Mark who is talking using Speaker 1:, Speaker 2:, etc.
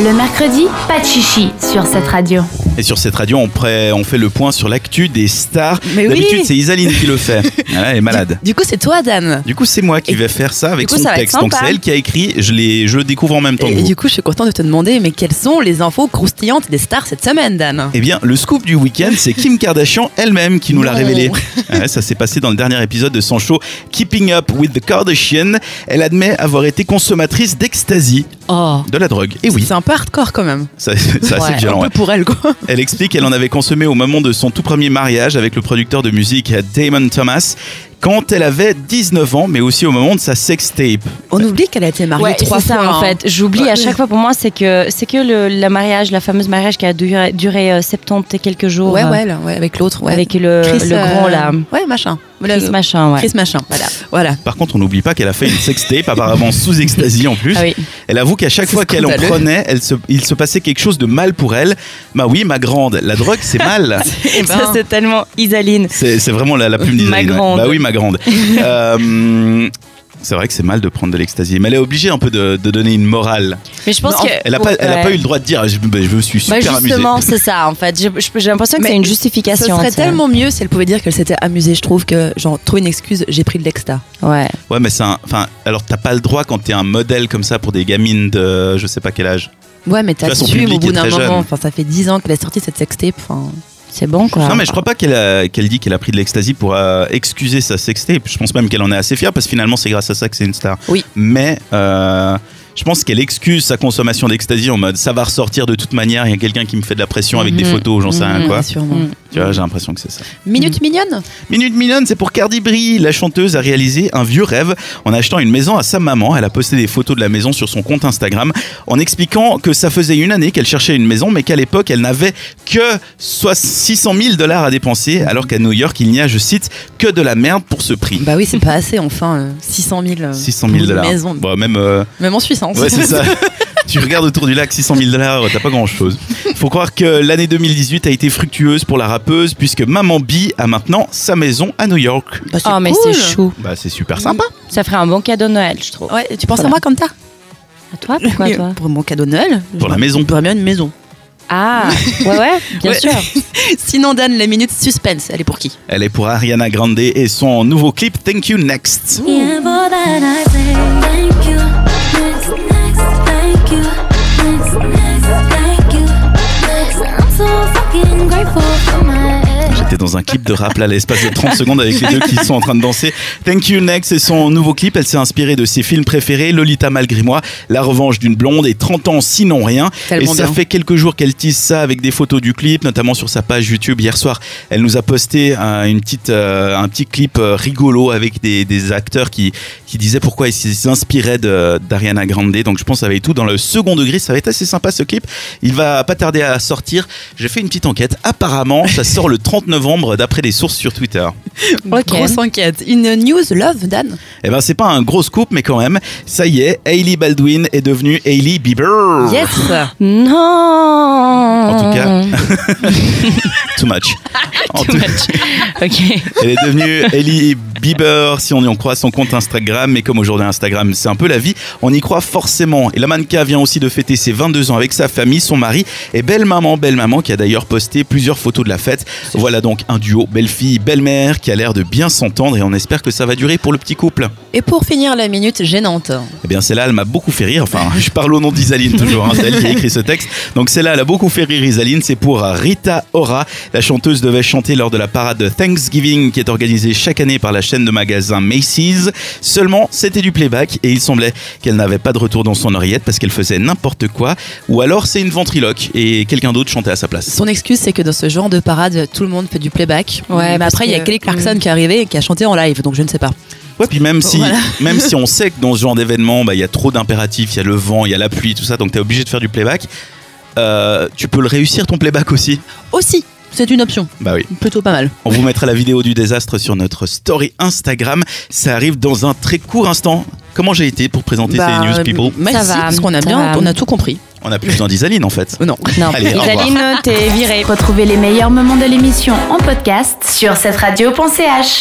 Speaker 1: Le mercredi, pas de chichi sur cette radio.
Speaker 2: Et sur cette radio, on, pré- on fait le point sur l'actu des stars.
Speaker 3: Mais oui.
Speaker 2: D'habitude, c'est Isaline qui le fait. Voilà, elle est malade.
Speaker 3: Du coup, c'est toi, Dan.
Speaker 2: Du coup, c'est moi qui
Speaker 3: Et-
Speaker 2: vais faire ça avec
Speaker 3: du coup,
Speaker 2: son
Speaker 3: ça va être
Speaker 2: texte. Donc,
Speaker 3: sympa.
Speaker 2: c'est elle qui a écrit. Je, les, je le découvre en même temps que
Speaker 3: Et
Speaker 2: vous.
Speaker 3: du coup, je suis contente de te demander, mais quelles sont les infos croustillantes des stars cette semaine, Dan
Speaker 2: Eh bien, le scoop du week-end, c'est Kim Kardashian elle-même qui nous l'a
Speaker 3: Non.
Speaker 2: révélé. Ouais, ça s'est passé dans le dernier épisode de son show Keeping Up with the Kardashians. Elle admet avoir été consommatrice d'ecstasy,
Speaker 3: Oh,
Speaker 2: de la drogue. Et oui,
Speaker 3: c'est un peu hardcore quand même.
Speaker 2: ça- c'est c'est assez
Speaker 3: Ouais,
Speaker 2: violent.
Speaker 3: Un
Speaker 2: ouais.
Speaker 3: peu pour elle, quoi.
Speaker 2: Elle explique qu'elle en avait consommé au moment de son tout premier mariage avec le producteur de musique Damon Thomas quand elle avait 19 ans, mais aussi au moment de sa sex tape.
Speaker 3: On oublie qu'elle a été mariée
Speaker 4: Ouais,
Speaker 3: trois
Speaker 4: c'est ça
Speaker 3: fois.
Speaker 4: en
Speaker 3: hein.
Speaker 4: fait. J'oublie à chaque fois pour moi, c'est que c'est que le, la mariage, la fameuse mariage qui a duré, duré, euh, 70 et quelques jours
Speaker 3: Ouais,
Speaker 4: euh,
Speaker 3: ouais, là, ouais, avec l'autre, ouais.
Speaker 4: avec le,
Speaker 3: Chris,
Speaker 4: le
Speaker 3: euh,
Speaker 4: grand là,
Speaker 3: Ouais, machin. Voilà,
Speaker 4: Chris machin, ouais.
Speaker 3: Chris machin, voilà. voilà.
Speaker 2: Par contre, on n'oublie pas qu'elle a fait une sex tape, apparemment sous ecstasy en plus.
Speaker 4: Ah oui.
Speaker 2: Elle avoue qu'à chaque
Speaker 3: C'est
Speaker 2: fois qu'elle en
Speaker 3: scandaleux.
Speaker 2: prenait, elle se- il se passait quelque chose de mal pour elle. Bah oui, ma grande, la drogue, c'est mal.
Speaker 3: Eh
Speaker 4: Ça
Speaker 3: ben.
Speaker 4: c'est tellement Isaline.
Speaker 2: C'est c'est vraiment la, la plume d'Isaline.
Speaker 4: Ma
Speaker 2: ouais.
Speaker 4: grande.
Speaker 2: Bah oui, ma grande. Euh, c'est vrai que c'est mal de prendre de l'extasie, mais elle est obligée un peu de, de donner une morale.
Speaker 4: Mais je pense
Speaker 3: Non,
Speaker 4: que
Speaker 2: Elle n'a pas, elle a
Speaker 4: ouais.
Speaker 2: pas eu le droit de dire je, bah, je me suis
Speaker 4: Bah
Speaker 2: super amusée.
Speaker 4: justement, c'est ça en fait. J'ai j'ai- j'ai l'impression que
Speaker 3: Mais
Speaker 4: c'est une
Speaker 3: Ça
Speaker 4: justification.
Speaker 3: serait
Speaker 4: tu sais.
Speaker 3: tellement mieux si elle pouvait dire qu'elle s'était amusée, je trouve, que genre, trouver une excuse, j'ai pris de l'exta.
Speaker 4: Ouais.
Speaker 2: Ouais, mais c'est un. Enfin, alors t'as pas le droit quand t'es un modèle comme ça pour des gamines de je sais pas quel âge.
Speaker 3: Ouais, mais
Speaker 2: toute façon,
Speaker 3: t'assumes
Speaker 2: public
Speaker 3: au bout
Speaker 2: est
Speaker 3: d'un
Speaker 2: très jeune.
Speaker 3: moment. Enfin, ça fait 10 ans qu'elle a sorti cette sextape. Enfin,
Speaker 4: C'est bon quoi.
Speaker 2: Non, mais je crois pas qu'elle a- qu'elle dit qu'elle a pris de l'extasie pour euh, excuser sa sextape. Je pense même qu'elle en est assez fière parce que finalement c'est grâce à ça que c'est une star.
Speaker 3: Oui.
Speaker 2: Mais euh, je pense qu'elle excuse sa consommation d'extasie en mode ça va ressortir de toute manière. Il y a quelqu'un qui me fait de la pression avec des
Speaker 4: Mhm.
Speaker 2: photos, j'en sais rien
Speaker 4: Mhm.
Speaker 2: Hein, quoi.
Speaker 3: sûrement.
Speaker 4: Mm.
Speaker 2: Tu vois, j'ai l'impression que c'est ça.
Speaker 3: Minute mignonne
Speaker 2: Minute Mignonne, c'est pour Cardi Brie. La chanteuse a réalisé un vieux rêve en achetant une maison à sa maman. Elle a posté des photos de la maison sur son compte Instagram en expliquant que ça faisait une année qu'elle cherchait une maison, mais qu'à l'époque, elle n'avait que soit 600 000 dollars à dépenser, alors qu'à New York, il n'y a, je cite, que de la merde pour ce prix.
Speaker 3: Bah oui, c'est pas assez, enfin, euh, 600 000. euh,
Speaker 2: 600 000
Speaker 3: pour une
Speaker 2: dollars.
Speaker 3: maison.
Speaker 2: Bon, même. euh,
Speaker 3: Même en Suisse, hein.
Speaker 2: Ouais, c'est ça. tu regardes autour du lac, 600 000 dollars, t'as pas grand chose. Faut croire que l'année 2018 a été fructueuse pour la rappeuse, puisque Maman B a maintenant sa maison à New York.
Speaker 3: Bah, c'est
Speaker 4: Oh mais
Speaker 3: cool.
Speaker 4: c'est chou.
Speaker 2: Bah, c'est super sympa.
Speaker 4: Ça ferait un bon cadeau de Noël, je trouve.
Speaker 3: Ouais, tu penses à
Speaker 4: Voilà.
Speaker 3: moi comme ça Oh.
Speaker 4: À toi pourquoi
Speaker 3: Mais,
Speaker 4: toi
Speaker 3: Pour mon cadeau de Noël
Speaker 2: Pour la maison.
Speaker 3: Pour bien une maison.
Speaker 4: Ah ouais ouais, bien
Speaker 3: Ouais.
Speaker 4: sûr.
Speaker 3: Sinon, Dan, la minute suspense, elle est pour qui
Speaker 2: Elle est pour Ariana Grande et son nouveau clip Thank You Next.
Speaker 5: Yeah, boy, that I say thank you. Next, next, thank you. Next, next, thank you. Next, I'm so fucking grateful for my ex.
Speaker 2: J'étais dans un clip de rap là, à l'espace de 30 secondes avec les deux qui sont en train de danser. Thank You Next est son nouveau clip. Elle s'est inspirée de ses films préférés Lolita Malgré Moi, La Revanche d'une Blonde et 30 ans sinon rien.
Speaker 3: Tellement
Speaker 2: et ça
Speaker 3: bien.
Speaker 2: fait quelques jours qu'elle tease ça avec des photos du clip, notamment sur sa page YouTube. Hier soir, elle nous a posté euh, une petite, euh, un petit clip euh, rigolo avec des, des acteurs qui, qui disaient pourquoi ils s'inspiraient de- d'Ariana Grande. Donc je pense que ça va être tout dans le second degré. Ça va être assez sympa ce clip. Il va pas tarder à sortir. J'ai fait une petite enquête. Apparemment, ça sort le 30 novembre d'après des sources sur Twitter.
Speaker 4: Ok.
Speaker 3: Grosse enquête. Une news love, Dan
Speaker 2: Eh ben, c'est pas un gros scoop, mais quand même, ça y est, Hailey Baldwin est devenue Hailey Bieber.
Speaker 3: Yes
Speaker 4: Non. En
Speaker 2: tout cas, Too much. En tout-
Speaker 4: ok.
Speaker 2: Elle est devenue Ellie Bieber, si on y en croit son compte Instagram. Mais comme aujourd'hui Instagram, c'est un peu la vie, on y croit forcément. Et la mannequin vient aussi de fêter ses 22 ans avec sa famille, son mari et belle maman, belle maman qui a d'ailleurs posté plusieurs photos de la fête. Voilà donc un duo belle fille, belle mère qui a l'air de bien s'entendre et on espère que ça va durer pour le petit couple.
Speaker 3: Et pour finir la minute gênante.
Speaker 2: Eh bien celle-là, elle m'a beaucoup fait rire. Enfin, je parle au nom d'Isaline toujours, hein, c'est elle qui a écrit ce texte. Donc celle-là, elle a beaucoup fait rire Isaline. C'est pour euh, Rita Ora. La chanteuse devait chanter lors de la parade de Thanksgiving qui est organisée chaque année par la chaîne de magasins Macy's. Seulement, c'était du playback et il semblait qu'elle n'avait pas de retour dans son oreillette parce qu'elle faisait n'importe quoi. Ou alors c'est une ventriloque et quelqu'un d'autre chantait à sa place.
Speaker 3: Son excuse, c'est que dans ce genre de parade, tout le monde fait du playback.
Speaker 4: Ouais,
Speaker 3: mais
Speaker 4: parce
Speaker 3: après, il y a
Speaker 4: que- Mm.
Speaker 3: Kelly Clarkson qui est arrivée et qui a chanté en live, donc je ne sais pas.
Speaker 2: Ouais, puis même si,
Speaker 3: Voilà.
Speaker 2: même si on sait que dans ce genre d'événement, bah, il y a trop d'impératifs, il y a le vent, il y a la pluie, tout ça, donc t'es obligé de faire du playback. Euh, tu peux le réussir ton playback aussi
Speaker 3: Aussi, c'est une option.
Speaker 2: Bah oui.
Speaker 3: Plutôt pas mal.
Speaker 2: On vous mettra la vidéo du désastre sur notre story Instagram. Ça arrive dans un très court instant. Comment j'ai été pour présenter
Speaker 3: Bah,
Speaker 2: ces news people
Speaker 3: Merci,
Speaker 4: va,
Speaker 3: parce qu'on a
Speaker 4: euh, ça
Speaker 3: bien,
Speaker 4: va.
Speaker 3: on a tout compris. Euh,
Speaker 2: On a plus besoin d'Isaline en fait.
Speaker 3: Non.
Speaker 4: Non.
Speaker 2: Allez, au revoir.
Speaker 4: Isaline, t'es virée.
Speaker 1: Retrouvez les meilleurs moments de l'émission en podcast sur cette radio.ch.